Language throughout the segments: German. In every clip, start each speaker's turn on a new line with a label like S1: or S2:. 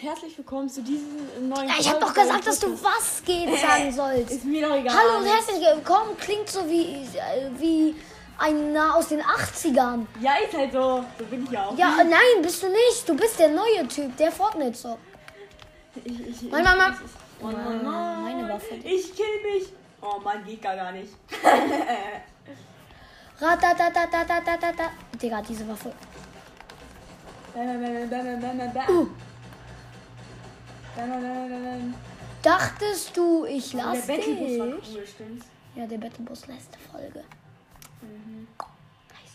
S1: herzlich willkommen zu diesem neuen
S2: Ich habe doch
S1: Folge.
S2: gesagt, dass du was geht sagen sollst.
S1: Äh, Ist mir doch egal.
S2: Hallo und herzlich willkommen klingt so wie, äh, wie einer aus den 80ern.
S1: Ja, ist halt so. So bin ich ja auch.
S2: Ja, äh, nein, bist du nicht. Du bist der neue Typ, der Fortnite zockt.
S1: Ich, ich, ich,
S2: Moin, Moin, Moin.
S1: Moin, Moin, Moin.
S2: Meine Waffe.
S1: Ich kill mich. Oh Mann, geht gar, gar nicht.
S2: Ratatatatatatatata. Digga, diese Waffe.
S1: Bam, bam, bam, bam, bam, bam, bam.
S2: Uh.
S1: Bam, bam, bam, bam, bam.
S2: Dachtest du, ich
S1: Der
S2: lass
S1: Battlebus war
S2: dich?
S1: cool, stimmt's?
S2: Ja, der Battlebus letzte Folge.
S1: Mhm.
S2: Nice.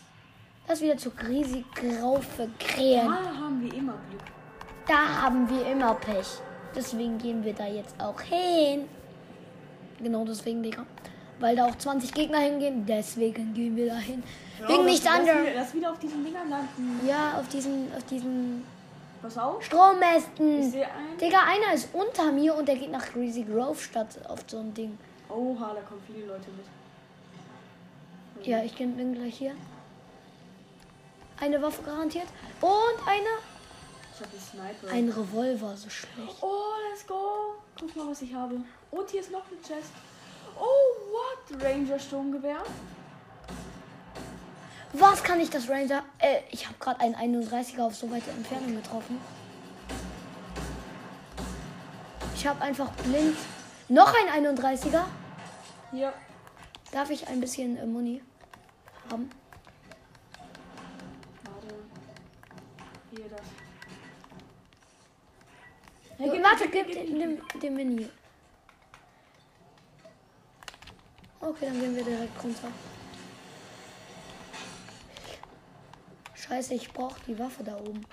S2: Das wieder zu riesig graufe
S1: Da
S2: Krähen.
S1: haben wir immer Glück.
S2: Da haben wir immer Pech. Deswegen gehen wir da jetzt auch hin. Genau deswegen, Digga. Weil da auch 20 Gegner hingehen. Deswegen gehen wir da hin. Wegen
S1: Ja, lass-
S2: nichts
S1: lass
S2: anderem.
S1: wieder- Lass wieder auf diesen Dingern landen.
S2: Ja, auf diesen, auf diesen
S1: Pass auf. Ich
S2: Strommästen.
S1: sehe einen.
S2: Digga, einer ist unter mir und der geht nach Greasy Grove statt auf so ein Ding.
S1: Oha, da kommen viele Leute mit.
S2: Ja, ich bin bin gleich hier. Eine Waffe garantiert. Und eine.
S1: Ich hab den Sniper.
S2: Ein Revolver, so schlecht.
S1: Oh, let's go. Guck mal, was ich habe. Und hier ist noch eine Chest. Oh, what? Ranger Sturmgewehr.
S2: Was kann ich das Ranger? Äh, ich habe gerade einen 31er auf so weite Entfernung getroffen. Ich habe einfach blind. Noch ein 31er.
S1: Hier.
S2: Darf ich ein bisschen äh, Muni haben?
S1: Warte. Hier das. Hey,
S2: Ja,
S1: gib-
S2: Warte,
S1: gib-
S2: gib
S1: gib-
S2: den, den, den Mini. Okay, dann gehen wir direkt runter. Scheiße, ich brauche die Waffe da oben.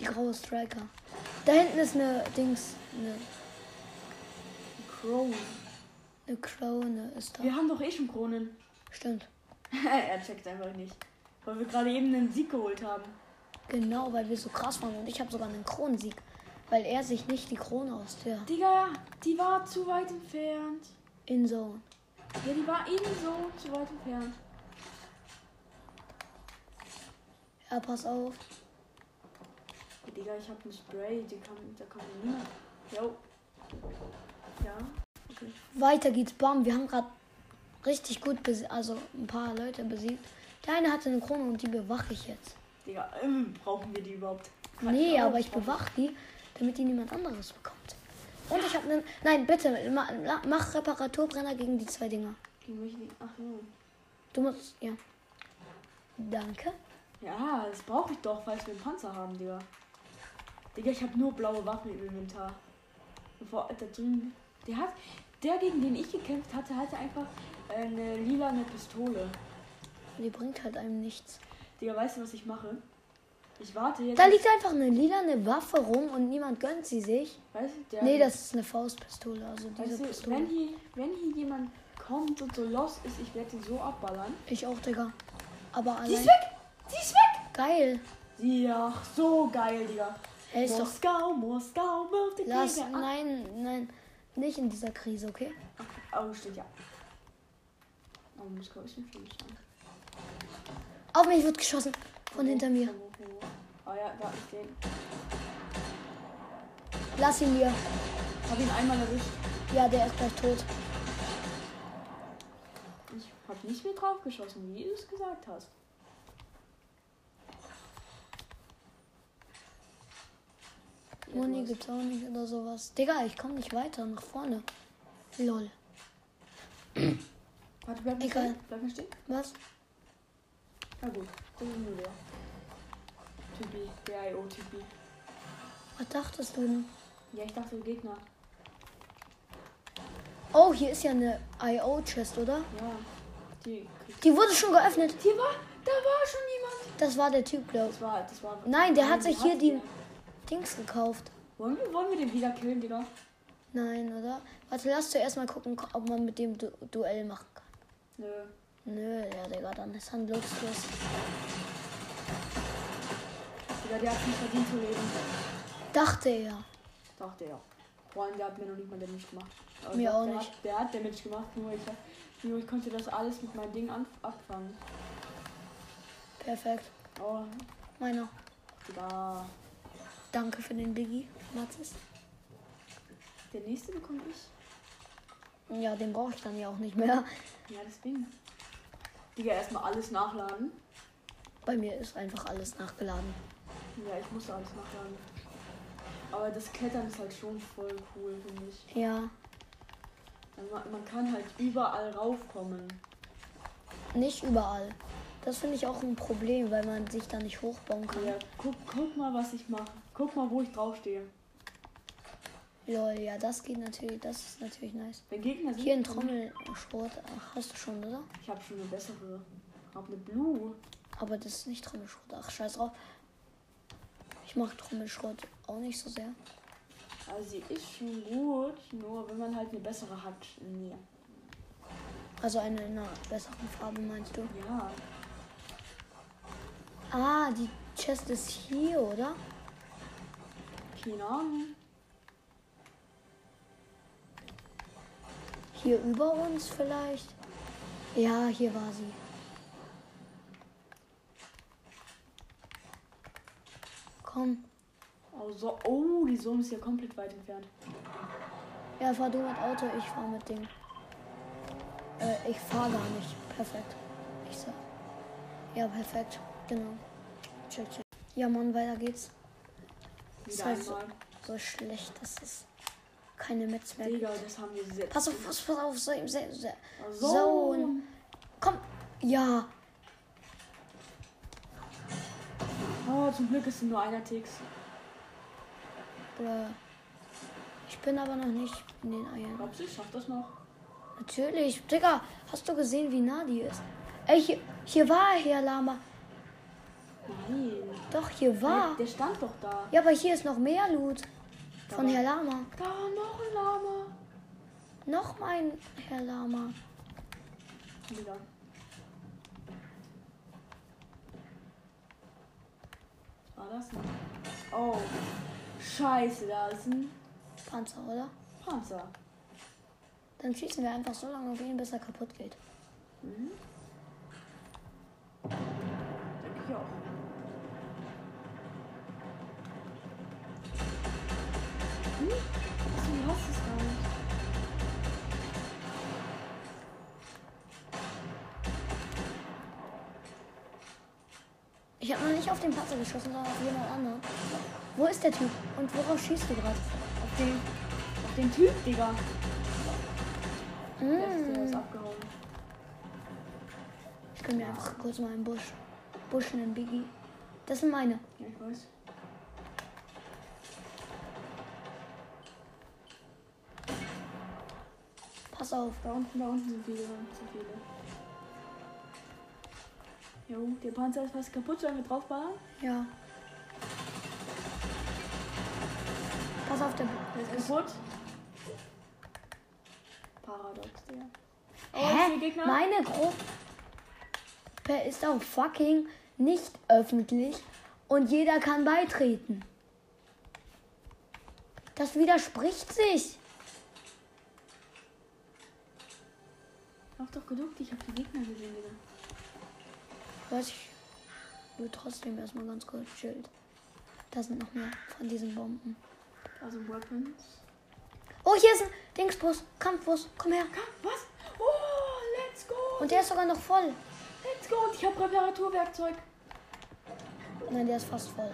S2: Die graue Striker. Da hinten ist eine Dings, eine
S1: Crow.
S2: Eine Krone ist da.
S1: Wir haben doch eh schon Kronen.
S2: Stimmt.
S1: er checkt einfach nicht. Weil wir gerade eben einen Sieg geholt haben.
S2: Genau, weil wir so krass waren und ich habe sogar einen Kronensieg. Weil er sich nicht die Krone aus der
S1: Digga, die war zu weit entfernt.
S2: Insone.
S1: Ja, die war eben so zu weit entfernt.
S2: Ja, pass auf.
S1: Digga, ich hab ein Spray. Die kann, da kann mir niemand. Jo. Ja. Okay.
S2: Weiter geht's, bam. Wir haben gerade richtig gut, bes- also ein paar Leute besiegt. Der eine hatte eine Krone und die bewache ich jetzt.
S1: Digga, ähm, brauchen wir die überhaupt? Quatsch,
S2: Nee,
S1: oh,
S2: aber ich bewache die, damit die niemand anderes bekommt. Und ich habe einen. Nein, bitte, ma- la- mach Reparaturbrenner gegen die zwei Dinger.
S1: Gegen mich nicht. Ach ja.
S2: Du musst. Ja. Danke.
S1: Ja, das brauche ich doch, falls wir einen Panzer haben, Digga. Digga, ich habe nur blaue Waffen im Inventar. Bevor, da drüben. Der hat. Der, gegen den ich gekämpft hatte, hatte einfach äh, eine lilane Pistole.
S2: Die bringt halt einem nichts.
S1: Digga, weißt du, was ich mache? Ich warte jetzt.
S2: Da liegt einfach eine lilane Waffe rum und niemand gönnt sie sich.
S1: weißt du, der,
S2: Nee, das ist eine Faustpistole, also diese
S1: Weißt du, wenn
S2: Pistole.
S1: hier, wenn hier jemand kommt und so los ist, ich werde den so abballern.
S2: Ich auch, Digga. Aber
S1: Die ist
S2: allein.
S1: weg! Die ist weg!
S2: Geil.
S1: Ja, so geil, Digga.
S2: Er ist doch.
S1: Moskau, Moskau, move the
S2: Lass.
S1: Krise an.
S2: Nein, nein. Nicht in dieser Krise, okay?
S1: Oh, steht ja. Oh, Moskau ist nicht für mich an.
S2: Auf mich wird geschossen. Von hinter mir.
S1: Oh, oh, oh. Ah ja, da ist den.
S2: Lass ihn mir.
S1: Hab ihn einmal erwischt.
S2: Ja, der ist gleich tot.
S1: Ich hab nicht mehr drauf geschossen, wie du es gesagt hast. Ja, du
S2: Muni
S1: hast-
S2: gibt's auch nicht oder sowas. Digga, ich komm nicht weiter nach vorne. Lol.
S1: Warte, bleib mal
S2: Egal.
S1: stehen. Bleib mal stehen.
S2: Was?
S1: Na gut, das ist nur der. Typi, der IO-Typi.
S2: Was dachtest du denn?
S1: Ja, ich dachte, Gegner.
S2: Oh, hier ist ja eine IO-Chest, oder?
S1: Ja, die kriegt.
S2: Die wurde schon geöffnet.
S1: Hier war, da war schon jemand.
S2: Das war der Typ, glaub
S1: Das war, halt- das war.
S2: Nein, der hat sich hier
S1: hat
S2: die-
S1: der.
S2: Dings gekauft.
S1: Wollen wir, wollen wir den wieder killen, Digga?
S2: Nein, oder? Warte, lass zuerst mal gucken, ob man mit dem du Duell machen kann.
S1: Nö.
S2: Nö, ja, Digga, dann ist er nutzlos.
S1: Digga, der hat nicht verdient zu leben.
S2: Dachte er.
S1: Dachte er. Vor allem, der hat mir noch nicht mal Damage gemacht. Also,
S2: Mir auch
S1: der
S2: nicht.
S1: Hat, der hat Damage gemacht, nur ich, hab- nur ich konnte das alles mit meinem Ding anf- abfangen.
S2: Perfekt.
S1: Oh,
S2: Meiner.
S1: Digga.
S2: Danke für den Biggie, Matzes.
S1: Der nächste bekomme ich.
S2: Ja, den brauche ich dann ja auch nicht mehr.
S1: Ja, deswegen. Digga, erstmal alles nachladen.
S2: Bei mir ist einfach alles nachgeladen.
S1: Ja, ich musste alles nachladen. Aber das Klettern ist halt schon voll cool, finde ich.
S2: Ja.
S1: Man, man kann halt überall raufkommen.
S2: Nicht überall. Das finde ich auch ein Problem, weil man sich da nicht hochbauen kann.
S1: Ja, guck, guck mal, was ich mache. Guck mal, wo ich draufstehe.
S2: Lol, ja, das geht natürlich, das ist natürlich nice.
S1: Der Gegner sieht
S2: Hier ein
S1: mich nicht.
S2: Trommelsport ach, hast du schon, oder?
S1: Ich habe schon eine bessere. Ich habe eine Blue.
S2: Aber das ist nicht Trommelschrott. Ach, scheiß drauf. Ich mag Trommelschrott auch nicht so sehr.
S1: Also sie ist schon gut, nur wenn man halt eine bessere hat. Nee.
S2: Also eine in einer besseren Farbe, meinst du?
S1: Ja.
S2: Ah, die Chest ist hier, oder?
S1: Keine Ahnung.
S2: Hier über uns vielleicht? Ja, hier war sie. Komm.
S1: Oh, so, oh, die Zoom ist ja komplett weit entfernt.
S2: Ja, fahr du mit Auto, ich fahr mit Ding. Äh, ich fahr gar nicht. Perfekt. Ich sag. Ja, perfekt. Genau. Check, check. Ja, Mann, weiter geht's.
S1: Wieder
S2: heißt-
S1: einmal.
S2: So schlecht, das ist keine Metz mehr.
S1: Digga, das haben wir selbst.
S2: Pass auf, pass, pass auf. So, so, so.
S1: Oh,
S2: Zone. Komm. Ja.
S1: Oh, zum Glück ist nur einer Ticks.
S2: Bruh. Ich bin aber noch nicht in den Eiern.
S1: Glaubst du, ich schaff das noch?
S2: Natürlich. Digga, hast du gesehen, wie nah die ist? Ey, hier, hier war er, Herr Lama.
S1: Nein.
S2: Doch, hier war.
S1: Der, der stand doch da.
S2: Ja, aber hier ist noch mehr Loot von
S1: Aber-
S2: Herr Lama.
S1: Da, noch ein Lama.
S2: Noch mein Herr Lama.
S1: Digga. War das ein... Oh. Scheiße, da ist ein
S2: Panzer, oder?
S1: Panzer.
S2: Dann schießen wir einfach so lange auf ihn, bis er kaputt geht.
S1: Mhm. Denke ich auch. Hm? Achso, du hast es gar nicht.
S2: Ich habe noch nicht auf den Panzer geschossen, sondern auf jemand anderen. Wo ist der Typ? Und worauf schießt du gerade?
S1: Auf den, auf den Typ, Digga. Der ist, der ist
S2: Mm.
S1: abgehauen.
S2: Ich kann mir einfach kurz mal einen Busch. Busch in den Biggie. Das sind meine.
S1: Ja, ich weiß.
S2: Pass auf.
S1: Da unten, da unten sind viele, sind viele. Jo, der Panzer ist fast kaputt, sollen wir draufballern?
S2: Ja. Pass auf, der Bu-
S1: Der ist kaputt. Paradox, der. Oh,
S2: Hä?
S1: ist hier Gegner?
S2: Meine Gruppe ist auch fucking nicht öffentlich und jeder kann beitreten. Das widerspricht sich.
S1: Mach doch geduckt, ich hab die Gegner gesehen, Digga.
S2: Was ich will trotzdem erstmal ganz kurz Schild. Da sind noch mehr von diesen Bomben.
S1: Also Weapons.
S2: Oh, hier ist ein Dingsbus, Kampfbus, komm her.
S1: Komm, was? Oh, let's go!
S2: Und der ist sogar noch voll.
S1: Let's go! Und ich hab Reparaturwerkzeug.
S2: Nein, der ist fast voll.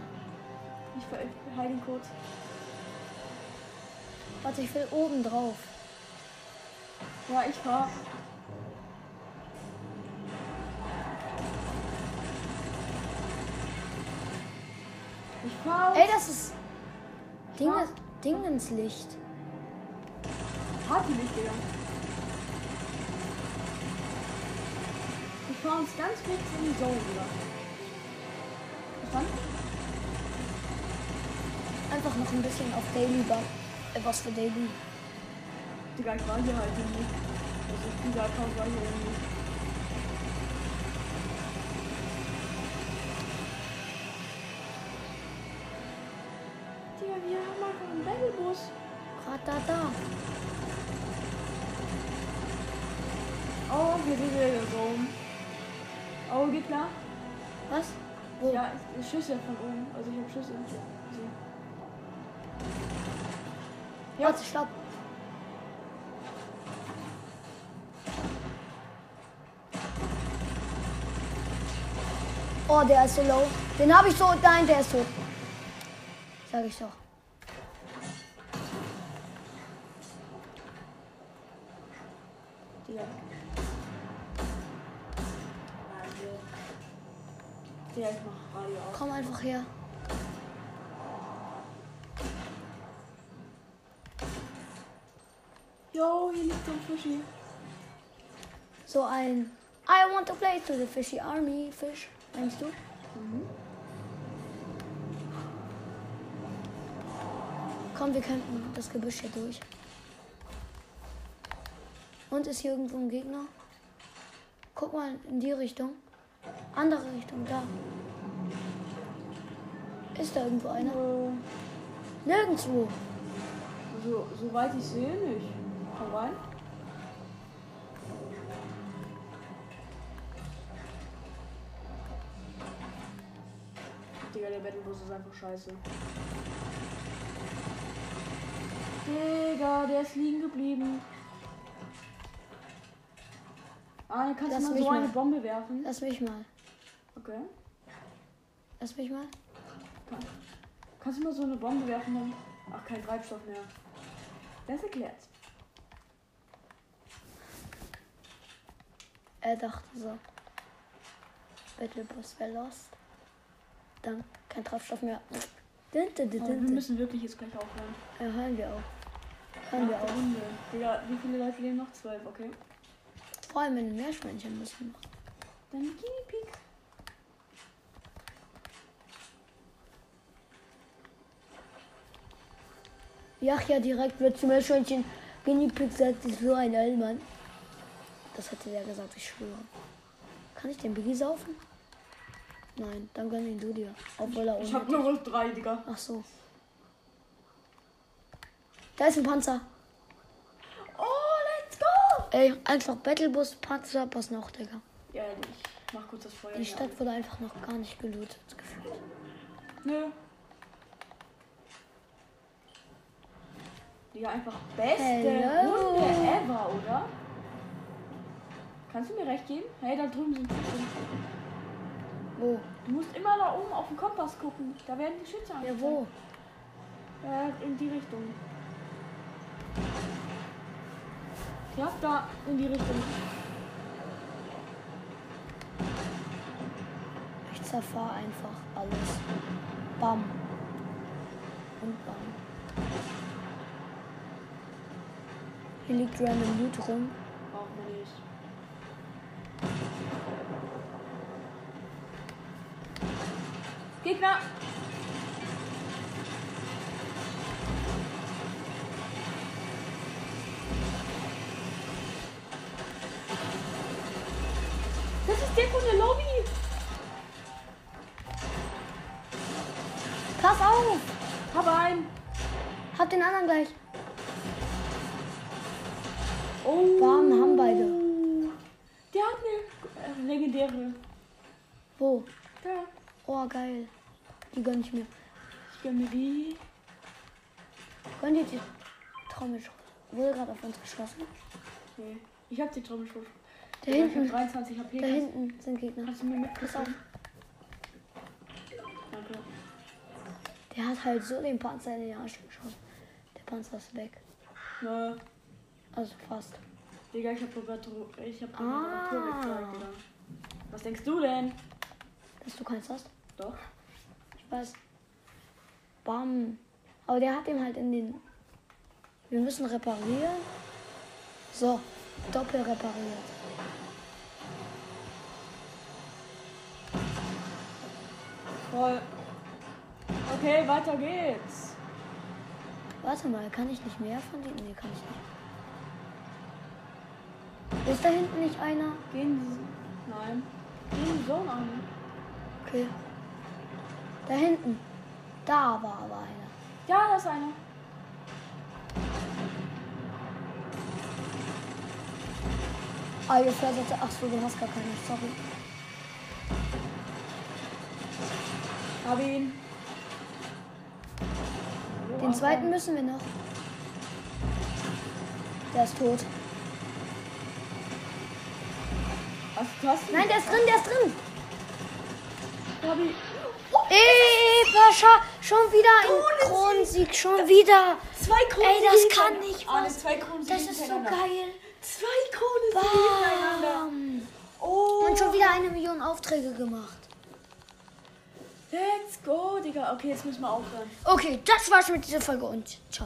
S1: Ich ver- ich heil ihn kurz.
S2: Warte, ich will oben drauf.
S1: Ja, ich fahr. Ich fahr.
S2: Ey, das ist Dinges, Dingenslicht.
S1: Party nicht, Digga. Wir fahren uns ganz fix in die Zone wieder. Verstanden?
S2: Einfach noch ein bisschen auf Daily ba- äh, was für Daily.
S1: Digga, ich war hier halt irgendwie. Also ich dieser Account war hier irgendwie. Digga, wir haben einfach einen Battlebus.
S2: Grad da da.
S1: Oh, wir sind wieder in der Zone. Oh, geht klar?
S2: Was? Wo?
S1: Ja, ich, ich Schüsse von oben. Also ich hab Schüsse. Also, Ja.
S2: Warte, stopp. Oh, der ist so low. Den habe ich so. Nein, der ist tot. Sag ich doch.
S1: Digga. Radio. Digga, ich mach Radio auf.
S2: Komm einfach her.
S1: Yo, hier liegt so ein Fischi.
S2: So ein I want to play to the fishy army fish. Meinst du? Mhm. Komm, wir könnten das Gebüsch hier durch. Und ist hier irgendwo ein Gegner? Guck mal in die Richtung. Andere Richtung, da. Ist da irgendwo einer?
S1: Äh,
S2: Nirgendwo.
S1: So, soweit ich sehe, nicht. Komm rein. Digga, der Battlebus ist einfach scheiße. Digga, der ist liegen geblieben. Ah, dann kannst
S2: Lass
S1: du mal
S2: mich
S1: so eine
S2: mal.
S1: Bombe werfen.
S2: Lass mich mal.
S1: Okay.
S2: Lass mich mal.
S1: Kannst du mal so eine Bombe werfen? Dann... Ach, kein Treibstoff mehr. Das erklärt.
S2: Er dachte so. Battlebus wäre lost. Dann kein Treibstoff mehr. Dün, dün, dün,
S1: Oh, wir
S2: dün, dün.
S1: müssen wirklich jetzt gleich aufhören.
S2: Ja, hören wir auf. Hören wir
S1: Ja,
S2: auf.
S1: Runde. Digga, wie viele Leute leben noch? Zwölf, okay.
S2: Vor allem in Meerschweinchen müssen noch.
S1: Dann Guinea Pig.
S2: Jachja direkt wird zum Meerschweinchen. Guinea Pig sagt, ist so ein Allmann. Das hätte der gesagt, ich schwöre. Kann ich den Biggie saufen? Nein, dann gönn ihn du dir. Obwohl er
S1: Ich
S2: ohne.
S1: hab nur noch drei, Digga.
S2: Ach so. Da ist ein Panzer.
S1: Oh, let's go!
S2: Ey, einfach Battlebus, Panzer, pass noch, Digga.
S1: Ja, ich mach kurz das Feuer.
S2: Die
S1: hier
S2: Stadt wurde einfach noch gar nicht gelootet, gefühlt.
S1: an. Nö. Digga, einfach beste
S2: Hello.
S1: Runde ever, oder? Kannst du mir recht geben? Hey, da drüben sind Schützen.
S2: Wo?
S1: Du musst immer da oben auf den Kompass gucken. Da werden die Schütze
S2: Ja,
S1: angezeigt.
S2: wo?
S1: Äh, in die Richtung. Ja, da, in die Richtung.
S2: Ich zerfahr einfach alles. Bam. Und bam. Hier liegt random Loot rum.
S1: Brauchen wir nicht. Gegner! Das ist der von der Lobby!
S2: Pass auf!
S1: Hab einen!
S2: Hab den anderen gleich.
S1: Oh!
S2: Bam, haben beide.
S1: Der hat eine äh, legendäre.
S2: Wo?
S1: Da.
S2: Oh, geil. Die gönn ich mir.
S1: Ich gönn mir die.
S2: Gönn dir die Trommelschrott. Wurde gerade auf uns geschossen.
S1: Nee. Ich hab die Trommelschrott.
S2: Da
S1: Ich hab
S2: hinten.
S1: 23 HP.
S2: Da
S1: Kannst-
S2: hinten sind Gegner.
S1: Kannst du mir
S2: Pass auf.
S1: mitpassen? Danke.
S2: Der hat halt so den Panzer in den Arsch geschossen. Der Panzer ist weg.
S1: Nö.
S2: Also fast.
S1: Äh, Digga, ich hab Roberto. Ich hab
S2: Ah.
S1: Roberto gezeigt, Digga. Was denkst du denn?
S2: Dass du keins hast?
S1: Doch.
S2: Ich weiß. Bam. Aber der hat ihm halt in den. Wir müssen reparieren. So, doppel repariert.
S1: Voll. Okay, weiter geht's.
S2: Warte mal, kann ich nicht mehr von denen? Nee, kann ich nicht. Ist da hinten nicht einer?
S1: Gehen Sie. Nein. Gehen die Zone an.
S2: Okay. Da hinten. Da war aber einer.
S1: Ja, da ist einer.
S2: Ah, ihr fährt Ach so, du hast gar keine. Sorry.
S1: Hab ihn.
S2: Den zweiten müssen wir noch. Der ist tot.
S1: Also, du hast ihn.
S2: Nein, der ist drin, der ist drin.
S1: Gabi.
S2: Epischer, schon wieder ein
S1: Kronensieg.
S2: Kronensieg, schon wieder.
S1: Zwei Kronen.
S2: Ey, das kann nicht
S1: Alle
S2: was-
S1: zwei Kronen
S2: Das
S1: sind
S2: ist so
S1: hintereinander.
S2: geil.
S1: Zwei Kronen sind hintereinander.
S2: Bam.
S1: Oh.
S2: Und schon wieder eine Million Aufträge gemacht.
S1: Let's go, Digga. Okay, jetzt müssen wir aufhören.
S2: Okay, das war's mit dieser Folge und ciao.